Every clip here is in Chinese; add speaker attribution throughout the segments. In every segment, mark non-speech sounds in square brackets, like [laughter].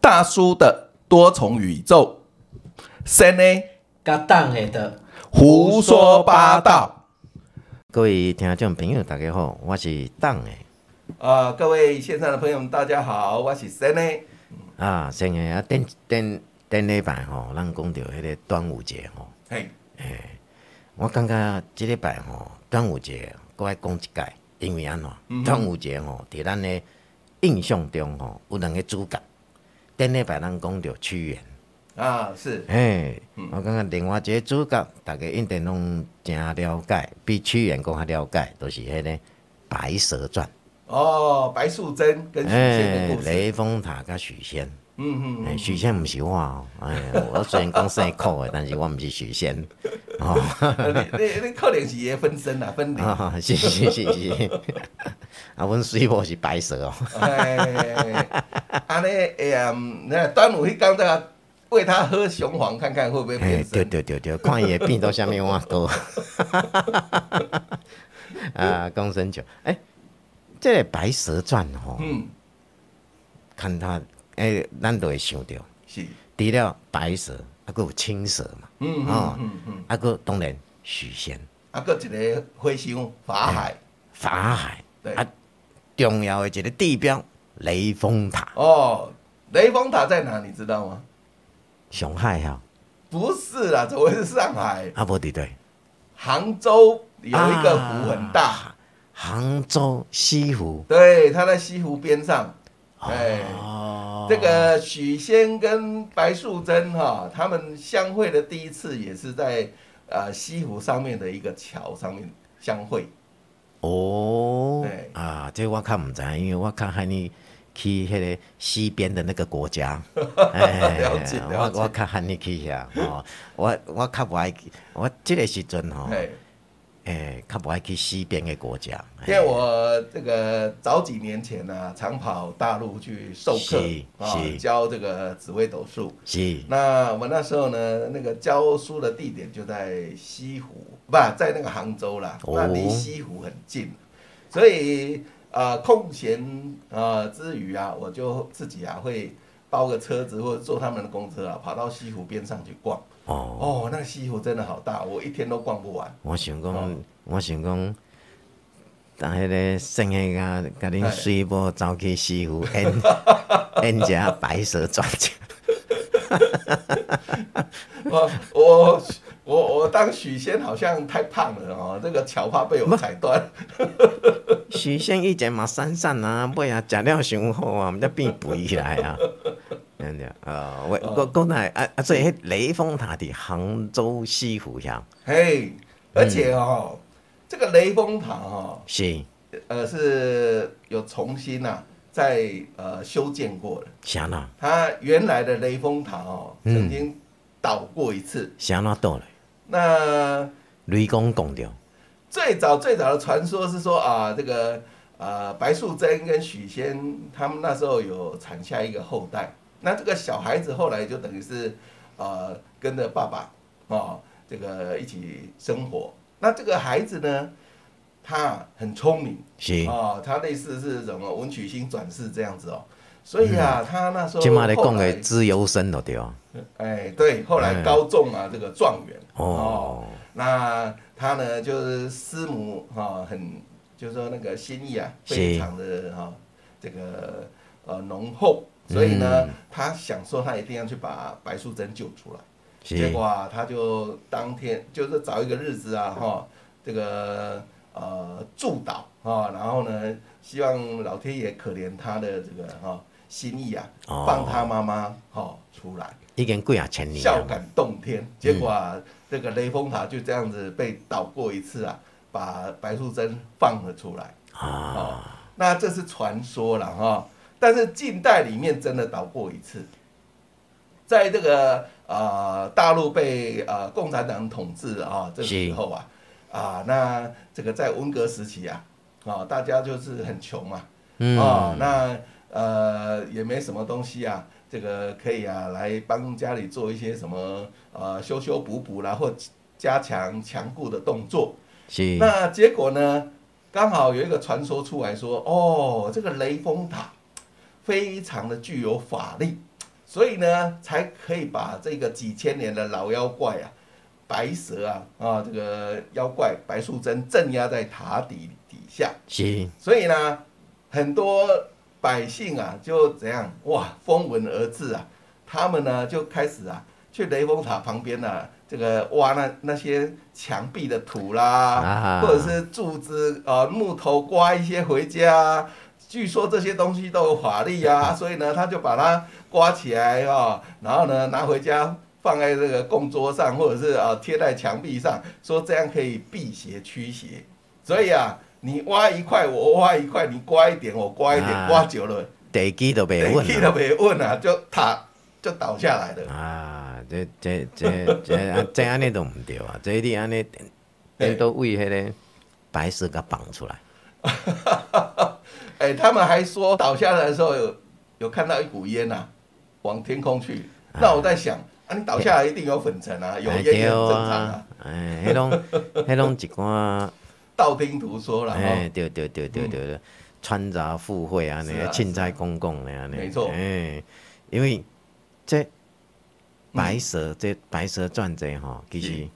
Speaker 1: 大叔的多重宇宙，三呢
Speaker 2: 甲当下的
Speaker 1: 胡说八道。
Speaker 3: 各位听众朋友，大家好，我是党诶
Speaker 1: 啊、各位线上的朋友们，大家好，我是三呢。
Speaker 3: 啊，先诶啊，顶顶顶礼拜吼，咱讲到迄个端午节吼，
Speaker 1: 嘿，
Speaker 3: 我感觉即礼拜吼，端午节搁爱讲一届，因为安怎？端午节吼，伫咱诶印象中吼，有两个主角。顶礼拜咱讲到屈原，
Speaker 1: 啊，是，
Speaker 3: 嘿，我感觉另外一个主角，大家一定拢真了解，比屈原更较了解，就是迄个《白蛇传》。
Speaker 1: 哦，白素贞跟许仙的故事，
Speaker 3: 雷峰塔甲许仙，
Speaker 1: 嗯嗯
Speaker 3: 哎，许仙毋是我哦，哎，我虽然讲姓苦的，但是我毋是许仙，哦，
Speaker 1: 嗯，你你你可能是爷分身啊，分
Speaker 3: [laughs]
Speaker 1: 离，
Speaker 3: 啊，是是是是， [laughs] 啊，阮水某是白
Speaker 1: [laughs]
Speaker 3: 蛇哦，
Speaker 1: 哎，安尼哎呀，嗯那端午迄天，大家喂他喝雄黄，看看会不会
Speaker 3: 哎
Speaker 1: 变，
Speaker 3: 对
Speaker 1: 身。
Speaker 3: 对对对，看伊会变到啥物碗糕， [laughs] 啊，讲真久，哎，这个《白蛇传》吼，
Speaker 1: 嗯，
Speaker 3: 看他，哎，咱都会想到，
Speaker 1: 是，
Speaker 3: 除了白蛇，啊，佫有青蛇嘛，
Speaker 1: 嗯嗯
Speaker 3: 哦
Speaker 1: 嗯嗯，
Speaker 3: 啊，佫当然许仙。
Speaker 1: 啊，搁一个火星法海，
Speaker 3: 法海
Speaker 1: 对，
Speaker 3: 啊，重要的一个地标雷峰塔，
Speaker 1: 哦，雷峰塔在哪？你知道吗？
Speaker 3: 上海哈、
Speaker 1: 不是啦，怎么会是上海？
Speaker 3: 啊，无伫对，
Speaker 1: 杭州有一个湖很大，
Speaker 3: 啊杭州西湖，
Speaker 1: 对，它在西湖边上。哎、
Speaker 3: 哦，
Speaker 1: 这个许仙跟白素贞哈、他们相会的第一次也是在呃西湖上面的一个桥上面相会。
Speaker 3: 哦
Speaker 1: 对，
Speaker 3: 啊，这我较毋知，因为我较喊你去迄个西边的那个国
Speaker 1: [laughs]
Speaker 3: 家，哎
Speaker 1: 了解了
Speaker 3: 我
Speaker 1: 解
Speaker 3: 我较喊你去遐，哦，我我较无爱去，我即个时阵吼，
Speaker 1: 哎、
Speaker 3: 哎，较无爱去西边的国家，
Speaker 1: 因为我这个早几年前呢、常跑大陆去授课
Speaker 3: 是
Speaker 1: 啊、
Speaker 3: 是
Speaker 1: 教这个紫微斗数。
Speaker 3: 哎是
Speaker 1: 那我那时候呢，那个教书的地点就在西湖，不在那个杭州啦，
Speaker 3: 哦
Speaker 1: 那离西湖很近，所以呃空闲呃之余啊，我就自己啊会包个车子或者坐他们的公车啊，跑到西湖边上去逛。
Speaker 3: 哦。
Speaker 1: 哦，那个西湖真的好大，我一天都逛不完。
Speaker 3: 我想讲，
Speaker 1: 哦
Speaker 3: 我想讲，但迄个算迄个，甲
Speaker 1: 哎
Speaker 3: 恁水某走去西湖演
Speaker 1: [laughs]
Speaker 3: 演一下《白蛇传》
Speaker 1: 我哦我我我当许仙好像太胖了哦，这个桥怕被我踩断。
Speaker 3: 许仙以前嘛瘦瘦啊，尾啊食了伤好啊，毋则变肥起来
Speaker 1: [laughs]
Speaker 3: 啊。对不对啊，
Speaker 1: 哦
Speaker 3: 我我讲来啊啊，所以迄雷峰塔伫杭州西湖遐
Speaker 1: 嘿，而且哦，这个雷峰塔哦。
Speaker 3: 是
Speaker 1: 呃，是有重新啊，在呃修建过的。
Speaker 3: 啥啦？
Speaker 1: 它原来的雷峰塔哦，
Speaker 3: 嗯
Speaker 1: 曾经倒过一次。
Speaker 3: 啥啦倒嘞？
Speaker 1: 那
Speaker 3: 雷公讲着，
Speaker 1: 最早最早的传说是说啊，这个呃白素贞跟许仙他们那时候有产下一个后代，那这个小孩子后来就等于是呃跟着爸爸哦这个一起生活。那这个孩子呢，他很聪明。
Speaker 3: 是
Speaker 1: 哦，他类似是什么文曲星转世这样子哦，所以啊，
Speaker 3: 嗯
Speaker 1: 他那时候
Speaker 3: 即马咧
Speaker 1: 后
Speaker 3: 讲
Speaker 1: 来
Speaker 3: 的资由生就对啊。
Speaker 1: 哎，对，后来
Speaker 3: 哎
Speaker 1: 高中啊，这个状元
Speaker 3: 哦，
Speaker 1: 那他呢就是师母哈、很就是说那个心意啊，
Speaker 3: 是
Speaker 1: 非常的哈、这个呃浓厚，所以
Speaker 3: 嗯
Speaker 1: 呢，他想说他一定要去把白素贞救出来。结
Speaker 3: 是
Speaker 1: 果啊，他就当天就是找一个日子啊，哈、这个呃祝祷啊、然后呢，希望老天爷可怜他的这个哈、心意啊，
Speaker 3: 哦
Speaker 1: 放他妈妈哈、出来，
Speaker 3: 已经几啊千年
Speaker 1: 孝
Speaker 3: 了。
Speaker 1: 感动天。结果啊，这个雷峰塔就这样子被倒过一次啊，把白素贞放了出来。
Speaker 3: 啊，
Speaker 1: 那这是传说了哈，但是近代里面真的倒过一次，在这个呃大陆被呃共产党统治啊这个时候啊啊，那这个在文革时期啊啊，大家就是很穷嘛
Speaker 3: 嗯，
Speaker 1: 啊，那呃也没什么东西啊。这个可以啊，来帮家里做一些什么呃修修补补啦，或加强强固的动作。
Speaker 3: 是
Speaker 1: 那结果呢，刚好有一个传说出来说，哦，这个雷峰塔非常的具有法力，所以呢，才可以把这个几千年的老妖怪啊，白蛇啊啊这个妖怪白素贞镇压在塔底底下。
Speaker 3: 是
Speaker 1: 所以呢，很多百姓啊就怎样哇，风闻而至啊，他们呢就开始啊去雷峰塔旁边呢、啊，这个挖那那些墙壁的土啦，
Speaker 3: 啊
Speaker 1: 或者是柱子呃木头刮一些回家啊。据说这些东西都有法力
Speaker 3: [laughs]
Speaker 1: 啊，所以呢，他就把它刮起来啊、然后呢拿回家放在这个供桌上，或者是啊贴在墙壁上，说这样可以辟邪驱邪。所以啊，你挖一块，我挖一块，你刮一点，我刮一点，
Speaker 3: 啊
Speaker 1: 刮久了，
Speaker 3: 地基都袂
Speaker 1: 等地
Speaker 3: 稳
Speaker 1: 都
Speaker 3: 啊！
Speaker 1: 没问啊，就塔就倒下来了。
Speaker 3: 啊，这这这这啊，这安尼都毋对啊！这你安尼颠倒为迄个白色甲绑出来，
Speaker 1: 哎、他们还说倒下来的时候有有看到一股烟呐、啊，往天空去。那我在想，啊，你倒下来一定有粉尘啊，有
Speaker 3: 哎
Speaker 1: 烟
Speaker 3: 对
Speaker 1: 也很正常啊
Speaker 3: 啊。，哎，迄种迄种一
Speaker 1: [laughs]
Speaker 3: 寡，
Speaker 1: 道听途说了
Speaker 3: 哎，
Speaker 1: 哈，
Speaker 3: 对对对对对对，穿杂附会安尼
Speaker 1: 嗯是啊，
Speaker 3: 凊彩公共的安尼，
Speaker 1: 没错嗯
Speaker 3: 哎，因为这白蛇这白蛇传这吼，其实
Speaker 1: 是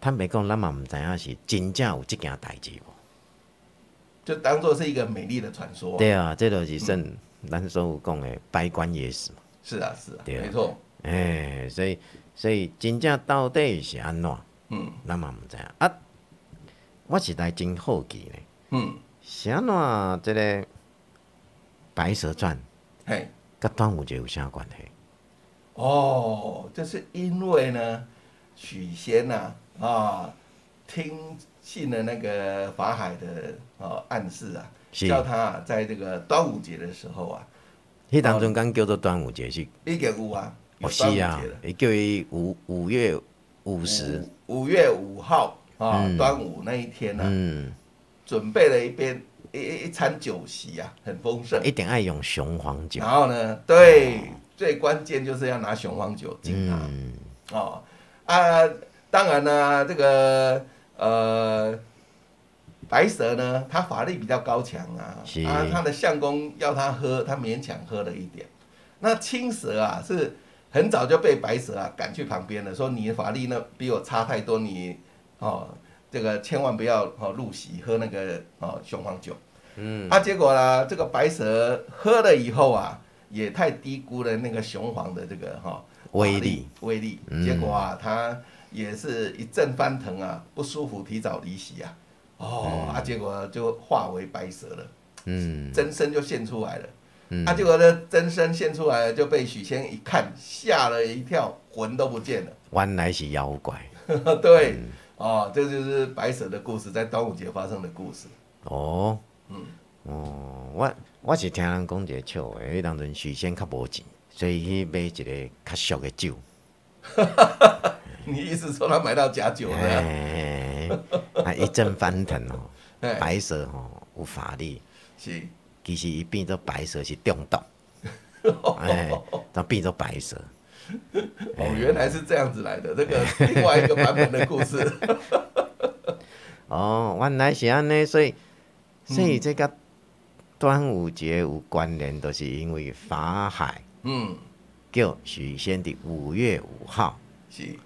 Speaker 3: 坦白讲，咱嘛毋知影是真正有即件代志无。
Speaker 1: 就当做是一个美丽的传说、啊。
Speaker 3: 对啊，这就是算咱所有讲的百官野史嘛。
Speaker 1: 是啊，是啊，
Speaker 3: 对啊
Speaker 1: 没错。
Speaker 3: 哎，所以所以真正到底是安怎，
Speaker 1: 嗯
Speaker 3: 咱嘛毋知影啊。我实在真好奇呢，
Speaker 1: 嗯，
Speaker 3: 是安怎即个《白蛇传》
Speaker 1: 嘿，
Speaker 3: 甲端午节有啥关系？
Speaker 1: 哦，就是因为呢，许仙呐啊听信了那个法海的哦暗示啊，
Speaker 3: 是
Speaker 1: 叫他、啊、在这个端午节的时候啊，
Speaker 3: 迄当中敢叫做端午节是？
Speaker 1: 一点五啊，有
Speaker 3: 哦，是
Speaker 1: 端午
Speaker 3: 啊
Speaker 1: 节的，
Speaker 3: 伊叫伊五五月五十，
Speaker 1: 五五月五号啊，
Speaker 3: 啊嗯
Speaker 1: 端午那一天呢、
Speaker 3: 嗯，
Speaker 1: 准备了一边一一一餐酒席啊，很丰盛。
Speaker 3: 一定爱用雄黄酒
Speaker 1: 然。后呢，对，最关键就是要拿雄黄酒敬他。
Speaker 3: 嗯，
Speaker 1: 哦啊，当然呢，这个呃，白蛇呢，它法力比较高强啊
Speaker 3: 是，
Speaker 1: 啊，它的相公要它喝，它勉强喝了一点。那青蛇啊，是很早就被白蛇啊赶去旁边了，说你的法力呢比我差太多，你哦这个千万不要哦入席喝那个哦雄黄酒。嗯，啊，结果呢，这个白蛇喝了以后啊，也太低估了那个雄黄的这个哈、哦
Speaker 3: 威
Speaker 1: 法
Speaker 3: 力
Speaker 1: 威力
Speaker 3: 嗯，
Speaker 1: 结果啊，他也是一阵翻腾啊，不舒服，提早离席啊，哦，啊，结果就化为白蛇了，
Speaker 3: 嗯，
Speaker 1: 真身就现出来了，
Speaker 3: 嗯
Speaker 1: 啊，结果呢，真身现出来了，就被许仙一看，吓了一跳，魂都不见
Speaker 3: 原来是妖怪。
Speaker 1: 了， [laughs] 对，
Speaker 3: 嗯
Speaker 1: 哦，这就是白蛇的故事，在端午节发生的故事，
Speaker 3: 哦，
Speaker 1: 嗯
Speaker 3: 哦，我我是听人讲一个笑话，迄当阵许仙较无钱，所以去买一个较俗的酒。
Speaker 1: 你意思说他买到假酒了？
Speaker 3: 哎，啊一阵翻腾哦，
Speaker 1: 哎，
Speaker 3: 白蛇吼、有法力，
Speaker 1: 行，
Speaker 3: 其实伊变做白蛇是中毒，哎，它变做白蛇。
Speaker 1: 哦，原来是这样子来的，这个
Speaker 3: 哎
Speaker 1: 是另外一个版本的故事， [laughs]
Speaker 3: 哦，原来是安尼，所以所以这个端午节有关联，都是因为法海
Speaker 1: 嗯。
Speaker 3: 叫许仙的五月五号。
Speaker 1: 行，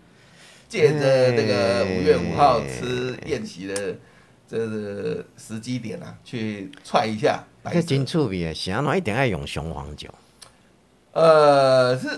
Speaker 1: 借着那个五月五号吃宴席的这个时机点啊，去踹一下白
Speaker 3: 这
Speaker 1: 蛇。
Speaker 3: 真趣味啊！是安怎一定要用雄黄酒？
Speaker 1: 呃，是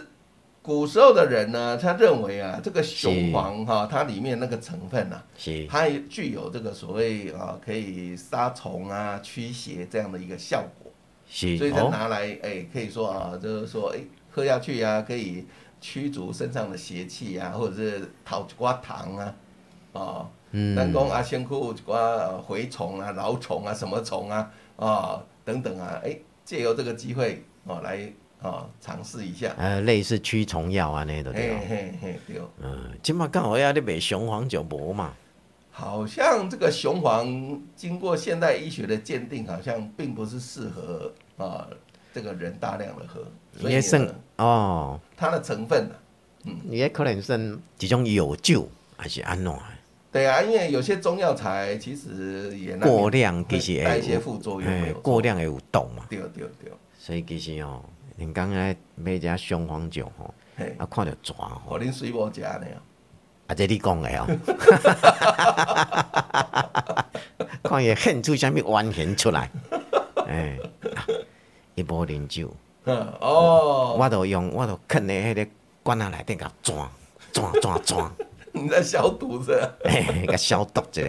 Speaker 1: 古时候的人呢，他认为啊，这个雄黄哈、它里面那个成分啊，
Speaker 3: 是
Speaker 1: 它也具有这个所谓啊可以杀虫啊、驱邪这样的一个效果，
Speaker 3: 是
Speaker 1: 所以他
Speaker 3: 哦，
Speaker 1: 拿来哎、可以说啊，就是说哎、喝下去啊，可以驱逐身上的邪气啊，或者是讨一寡糖啊，哦。咱
Speaker 3: 嗯，
Speaker 1: 讲啊，身躯有一寡呃蛔虫啊、老虫啊、什么虫啊、啊、等等啊，哎、借由这个机会哦来哦尝试一下，
Speaker 3: 呃，类似驱虫药安尼的对
Speaker 1: 嘿
Speaker 3: 了。
Speaker 1: 嘿嘿，对，
Speaker 3: 嗯，即马刚好要你卖雄黄酒无嘛？
Speaker 1: 好像这个雄黄经过现代医学的鉴定，好像并不是适合啊、这个人大量的喝，所以
Speaker 3: 也算
Speaker 1: 呢
Speaker 3: 哦，
Speaker 1: 它的成分呢、啊嗯
Speaker 3: 也可能算一种药酒，还是安怎的？
Speaker 1: 对啊，因为有些中药材其实也难免
Speaker 3: 过量其实
Speaker 1: 带一
Speaker 3: 会
Speaker 1: 些
Speaker 3: 有，
Speaker 1: 副作用，没
Speaker 3: 哎
Speaker 1: 有错
Speaker 3: 过，量会有毒嘛，
Speaker 1: 对对对，
Speaker 3: 所以其实哦，恁讲爱买只雄黄酒吼，
Speaker 1: 嘿，
Speaker 3: 啊，看着蛇吼，
Speaker 1: 互恁水某食呢哦，
Speaker 3: 啊，这你讲的哦，看伊现出啥物弯形出来，哎，啊伊无啉酒，
Speaker 1: 嗯，哦，
Speaker 3: 我都用我都囥咧迄个罐仔内底甲转转转转，
Speaker 1: 你在消毒是吧？
Speaker 3: [laughs] 嘿，甲消毒一下，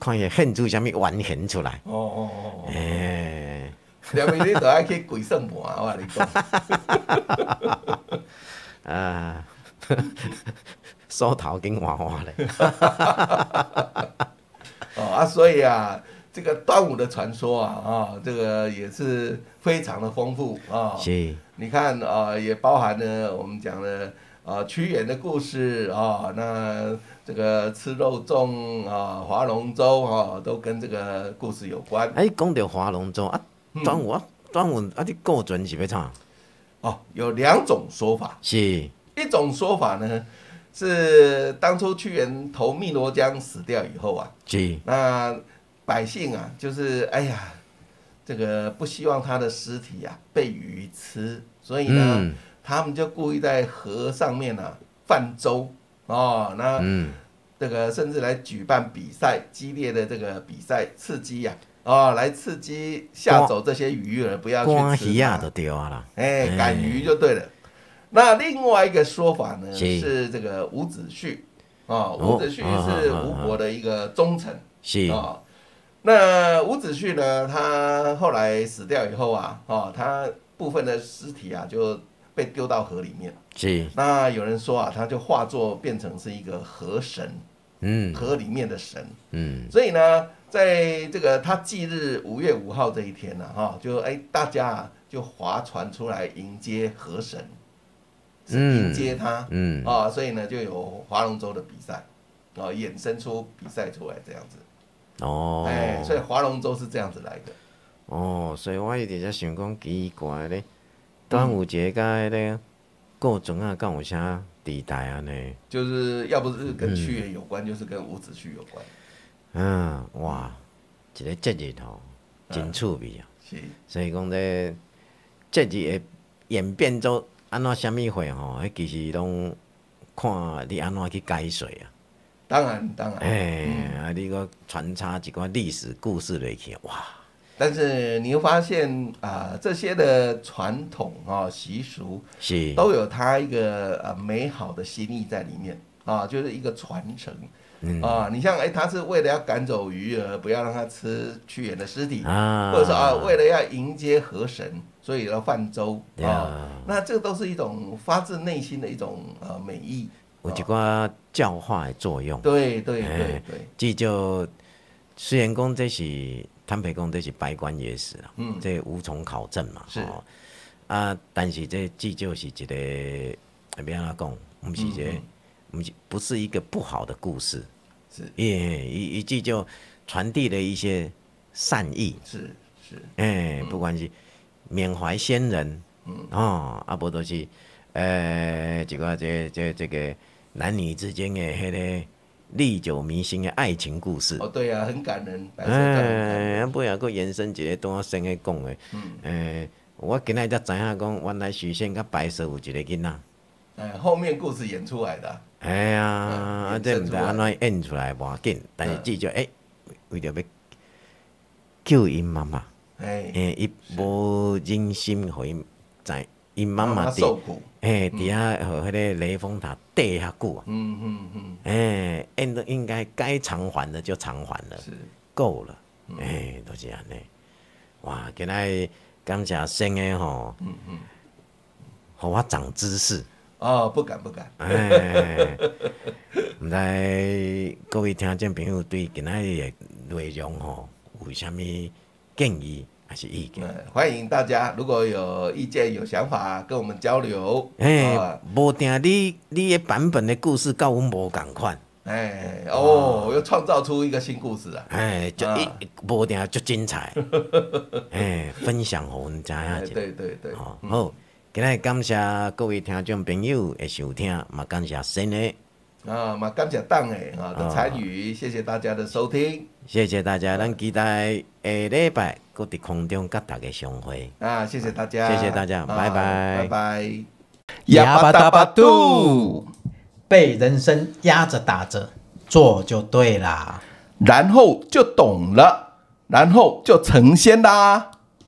Speaker 3: 看伊现出啥物弯形出来，
Speaker 1: 哦哦哦哦，
Speaker 3: 哎，
Speaker 1: 两位你都爱去鬼圣盘，我跟你
Speaker 3: [laughs]
Speaker 1: 讲，
Speaker 3: 啊， [laughs] 梳头紧换换咧。
Speaker 1: 哦啊，所以啊，这个端午的传说啊，啊、这个也是非常的丰富啊。
Speaker 3: 是，
Speaker 1: 你看啊、呃也包含了我们讲的啊屈原的故事啊、那这个吃肉粽啊、划龙舟啊，都跟这个故事有关
Speaker 3: 啊，你讲到划龙舟啊，端午啊，端午啊，你过船是要创？
Speaker 1: 哦。有两种说法，
Speaker 3: 是，
Speaker 1: 一种说法呢是当初屈原投汨罗江死掉以后啊，
Speaker 3: 是，
Speaker 1: 那百姓啊就是哎呀，这个不希望他的尸体啊被鱼吃，所以呢。
Speaker 3: 嗯
Speaker 1: 他们就故意在河上面啊泛舟哦，那
Speaker 3: 嗯，
Speaker 1: 这个甚至来举办比赛，激烈的这个比赛刺激呀、啊，哦，来刺激吓走这些鱼儿，不要
Speaker 3: 赶
Speaker 1: 去吃
Speaker 3: 鱼啊
Speaker 1: 它
Speaker 3: 就，对啊啦，
Speaker 1: 哎，赶鱼就对了。那另外一个说法呢
Speaker 3: 是
Speaker 1: 是这个伍子胥啊，
Speaker 3: 哦
Speaker 1: 伍子胥是吴国的一个忠臣
Speaker 3: 是，
Speaker 1: 啊。那伍子胥呢，他后来死掉以后啊，哦，他部分的尸体啊就被丢到河里面。
Speaker 3: 是，
Speaker 1: 那有人说啊，他就化作变成是一个河神，
Speaker 3: 嗯
Speaker 1: 河里面的神。
Speaker 3: 嗯，
Speaker 1: 所以呢，在这个他忌日五月五号这一天呢、哈、就哎大家啊就划船出来迎接河神，是
Speaker 3: 嗯
Speaker 1: 迎接他啊、
Speaker 3: 嗯，
Speaker 1: 所以呢就有划龙舟的比赛，啊、衍生出比赛出来这样子。
Speaker 3: 哦，
Speaker 1: 哎，所以划龙舟是这样子来的。
Speaker 3: 哦，所以我一直在想讲奇怪咧，端午节甲迄个过船啊，敢有啥地带啊安尼？
Speaker 1: 就是要不是跟屈原有关，就是跟伍子胥有关。
Speaker 3: 嗯，哇，一个节日吼，真趣味啊！
Speaker 1: 是，
Speaker 3: 所以讲这节日会演变做安怎啥物货吼，迄其实拢看你安怎去解说啊。
Speaker 1: 当然当然。
Speaker 3: 哎、
Speaker 1: 嗯
Speaker 3: 啊，你搁穿插一寡历史故事落去，哇，
Speaker 1: 但是你会发现啊、这些的传统啊、习俗
Speaker 3: 是，
Speaker 1: 都有它一个呃美好的心意在里面啊、就是一个传承
Speaker 3: 嗯
Speaker 1: 啊、你像哎，他是为了要赶走鱼儿，不要让它吃屈原的尸体，
Speaker 3: 啊，
Speaker 1: 或者说啊，为了要迎接河神，所以要泛舟啊、
Speaker 3: 呀
Speaker 1: 那这都是一种发自内心的一种呃美意。
Speaker 3: 有一寡教化的作用。
Speaker 1: 对对对
Speaker 3: 哎
Speaker 1: 对，
Speaker 3: 至少虽然讲这是坦白讲这是百官野史啦，
Speaker 1: 嗯
Speaker 3: 这无从考证嘛，
Speaker 1: 是
Speaker 3: 吼啊，但是这至少是一个，呃要安怎讲，毋是一个，
Speaker 1: 嗯
Speaker 3: 不是不是一个不好的故事，
Speaker 1: 是
Speaker 3: 耶，一一至少传递了一些善意，
Speaker 1: 是是，
Speaker 3: 哎、不管是缅怀先人，嗯，哦，啊，无都是，呃，一个这这这个男女之间的迄个历久弥新的爱情故事
Speaker 1: 哦，，对啊，很感人，白色感人，
Speaker 3: 哎，啊，尾啊，佫延伸一个当我先去讲的，
Speaker 1: 嗯
Speaker 3: 诶，我今仔才知影讲，原来许仙甲白蛇有一个囡仔，
Speaker 1: 哎，后面故事演出来的啊、
Speaker 3: 哎呀，
Speaker 1: 嗯
Speaker 3: 啊，
Speaker 1: 延
Speaker 3: 这
Speaker 1: 伸
Speaker 3: 毋
Speaker 1: 出
Speaker 3: 知
Speaker 1: 来
Speaker 3: 安怎演出来无要紧，但是
Speaker 1: 嗯
Speaker 3: 至少诶，为着要救因妈妈。
Speaker 1: 哎，
Speaker 3: 诶，伊无忍心互伊知，因妈妈
Speaker 1: 受
Speaker 3: 伫
Speaker 1: 苦，
Speaker 3: 诶伫遐互迄个雷峰塔缀遐久啊，
Speaker 1: 嗯嗯嗯，
Speaker 3: 诶，应都应该该偿还的就偿还了，
Speaker 1: 是，嗯
Speaker 3: 够了，诶，都是安尼。哇，今仔感谢生诶吼，
Speaker 1: 嗯嗯，
Speaker 3: 互我长知识。
Speaker 1: 哦，不敢不敢， [laughs]
Speaker 3: 哎，毋知各位听众朋友对今仔日的内容吼有啥物建议还是意见？
Speaker 1: 呃，欢迎大家如果有意见有想法跟我们交流，
Speaker 3: 哎
Speaker 1: 啊，
Speaker 3: 无定你你的版本的故事甲阮无共款，
Speaker 1: 哎，哦，又创造出一个新故事啊，
Speaker 3: 哎，就
Speaker 1: 啊
Speaker 3: 一无定足
Speaker 1: [laughs]
Speaker 3: 精彩，哎，分享互阮知
Speaker 1: 哎，
Speaker 3: 影一
Speaker 1: 对对对
Speaker 3: 下。，吼，啊好，今日感谢各位听众朋友的收听，嘛感谢新的，
Speaker 1: 啊，嘛感谢党哎啊
Speaker 3: 啊
Speaker 1: 的参与，谢谢大家的收听，
Speaker 3: 谢谢大家，咱期待下礼拜搁伫空中甲大家相会。
Speaker 1: 啊，谢谢大家，
Speaker 3: 谢谢大家
Speaker 1: 啊
Speaker 3: 拜拜
Speaker 1: 拜拜。
Speaker 2: 呀吧嗒吧
Speaker 1: 嘟，
Speaker 2: 被人生压着打着，做就对啦。
Speaker 1: 然后就懂了，然后就成仙啦。